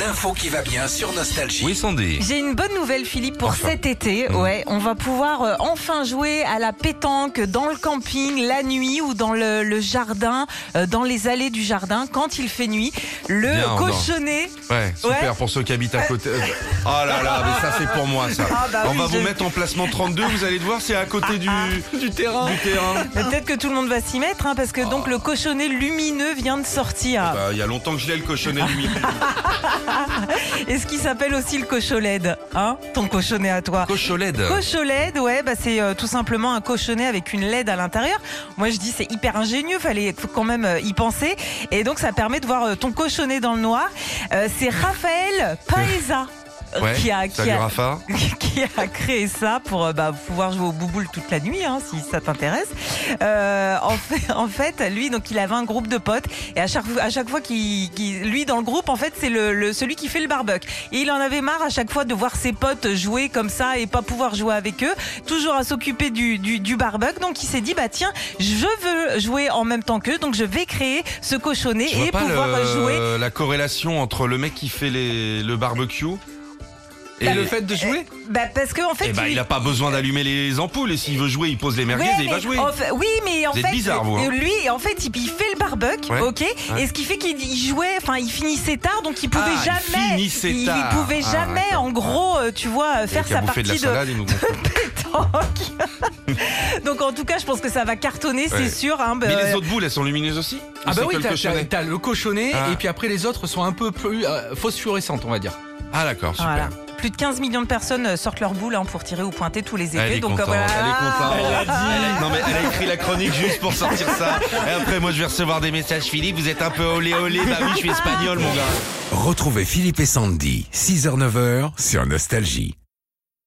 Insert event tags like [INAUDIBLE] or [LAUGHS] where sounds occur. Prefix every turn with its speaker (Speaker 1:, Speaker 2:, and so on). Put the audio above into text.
Speaker 1: L'info qui va bien sur Nostalgie.
Speaker 2: Oui, Sandy.
Speaker 3: J'ai une bonne nouvelle, Philippe, pour
Speaker 2: Enfin.
Speaker 3: cet été.
Speaker 2: Mm.
Speaker 3: Ouais, on va pouvoir euh, enfin jouer à la pétanque dans le camping la nuit ou dans le, le jardin, euh, dans les allées du jardin quand il fait nuit. Le
Speaker 2: Bien, on
Speaker 3: cochonnet.
Speaker 2: Ouais, super
Speaker 3: Ouais.
Speaker 2: pour ceux qui habitent à côté. Oh là là, mais ça c'est pour moi ça.
Speaker 3: [LAUGHS] Ah bah
Speaker 2: On
Speaker 3: oui,
Speaker 2: va vous
Speaker 3: je- Ah,
Speaker 2: mettre en placement 32, vous allez devoir, c'est à côté du, du terrain. Du terrain.
Speaker 3: Mais Peut-être que tout le monde va s'y mettre, hein, parce que donc
Speaker 2: Oh.
Speaker 3: le cochonnet lumineux vient de sortir.
Speaker 2: Bah, il y a longtemps que je l'ai le cochonnet lui.
Speaker 3: [LAUGHS] Et ce qui s'appelle aussi le cocholed, hein, ton cochonnet à toi.
Speaker 2: Cocholet.
Speaker 3: Cocholed, ouais, bah c'est euh, tout simplement un cochonnet avec une LED à l'intérieur. Moi, je dis c'est hyper ingénieux, fallait faut quand même euh, y penser. Et donc, ça permet de voir euh, ton cochonnet dans le noir. Euh, c'est Raphaël Paesa. euh,
Speaker 2: Ouais.
Speaker 3: Qui, a, qui,
Speaker 2: Salut
Speaker 3: a,
Speaker 2: Rafa.
Speaker 3: qui a créé ça pour euh, bah, pouvoir jouer au bouboule toute la nuit, hein, si ça t'intéresse. Euh, en, fait, en fait, lui, donc il avait un groupe de potes et à chaque, fois- à chaque fois qu'il, qu'il- lui dans le groupe, en fait, c'est le, le- celui qui fait le barbecue. Et il en avait marre à chaque fois de voir ses potes jouer comme ça et pas pouvoir jouer avec eux, toujours à s'occuper du, du, du barbecue. Donc il s'est dit, bah tiens, je veux jouer en même temps qu'eux, donc je vais créer ce cochonnet
Speaker 2: Je vois
Speaker 3: et
Speaker 2: pas
Speaker 3: pouvoir
Speaker 2: le-
Speaker 3: jouer.
Speaker 2: la corrélation entre le mec qui fait les- le barbecue et,
Speaker 3: Bah,
Speaker 2: le fait de jouer.
Speaker 3: Bah, parce que en fait,
Speaker 2: Eh bah,
Speaker 3: il-
Speaker 2: il a pas besoin d'allumer les ampoules et s'il veut jouer, il pose les merguez
Speaker 3: Ouais,
Speaker 2: et il
Speaker 3: mais
Speaker 2: va jouer.
Speaker 3: en fait- oui, mais en
Speaker 2: Vous êtes
Speaker 3: fait, euh,
Speaker 2: bizarre, vous, hein.
Speaker 3: lui, en fait, il, il fait le barbecue,
Speaker 2: Ouais,
Speaker 3: ok. Et ce qui fait qu'il il jouait, enfin, il finissait tard, donc il pouvait
Speaker 2: Ah, il
Speaker 3: jamais,
Speaker 2: finissait
Speaker 3: il
Speaker 2: tard.
Speaker 3: pouvait
Speaker 2: Ah,
Speaker 3: jamais,
Speaker 2: d'accord.
Speaker 3: en gros, euh, tu vois, euh, faire
Speaker 2: Qui a
Speaker 3: sa
Speaker 2: bouffé
Speaker 3: partie
Speaker 2: de la salade,
Speaker 3: [LAUGHS]
Speaker 2: il nous gonfle.
Speaker 3: pétanque. [LAUGHS] donc, en tout cas, je pense que ça va cartonner,
Speaker 2: Ouais.
Speaker 3: c'est sûr. Hein, bah,
Speaker 2: Mais les
Speaker 3: euh,
Speaker 2: autres boules, elles sont lumineuses aussi Ou
Speaker 4: Ah
Speaker 2: c'est
Speaker 4: bah oui,
Speaker 2: que le
Speaker 4: t'as- t'as
Speaker 2: cochonnet
Speaker 4: t'as le cochonnet
Speaker 2: Ah.
Speaker 4: et puis après les autres sont un peu plus euh, phosphorescentes, on va dire.
Speaker 2: Ah d'accord, super.
Speaker 3: voilà. Plus de 15 millions de personnes euh, sortent leur boule hein, pour tirer ou pointer tous les
Speaker 2: Elle
Speaker 3: effets.
Speaker 2: est
Speaker 3: Donc, euh,
Speaker 2: contente,
Speaker 3: voilà.
Speaker 2: elle est contente. Non mais elle a écrit la chronique juste pour sortir ça. Et après moi je vais recevoir des messages Philippe, vous êtes un peu olé olé, bah oui je suis espagnol mon gars.
Speaker 1: Retrouvez Philippe et Sandy, 6h-9h sur Nostalgie.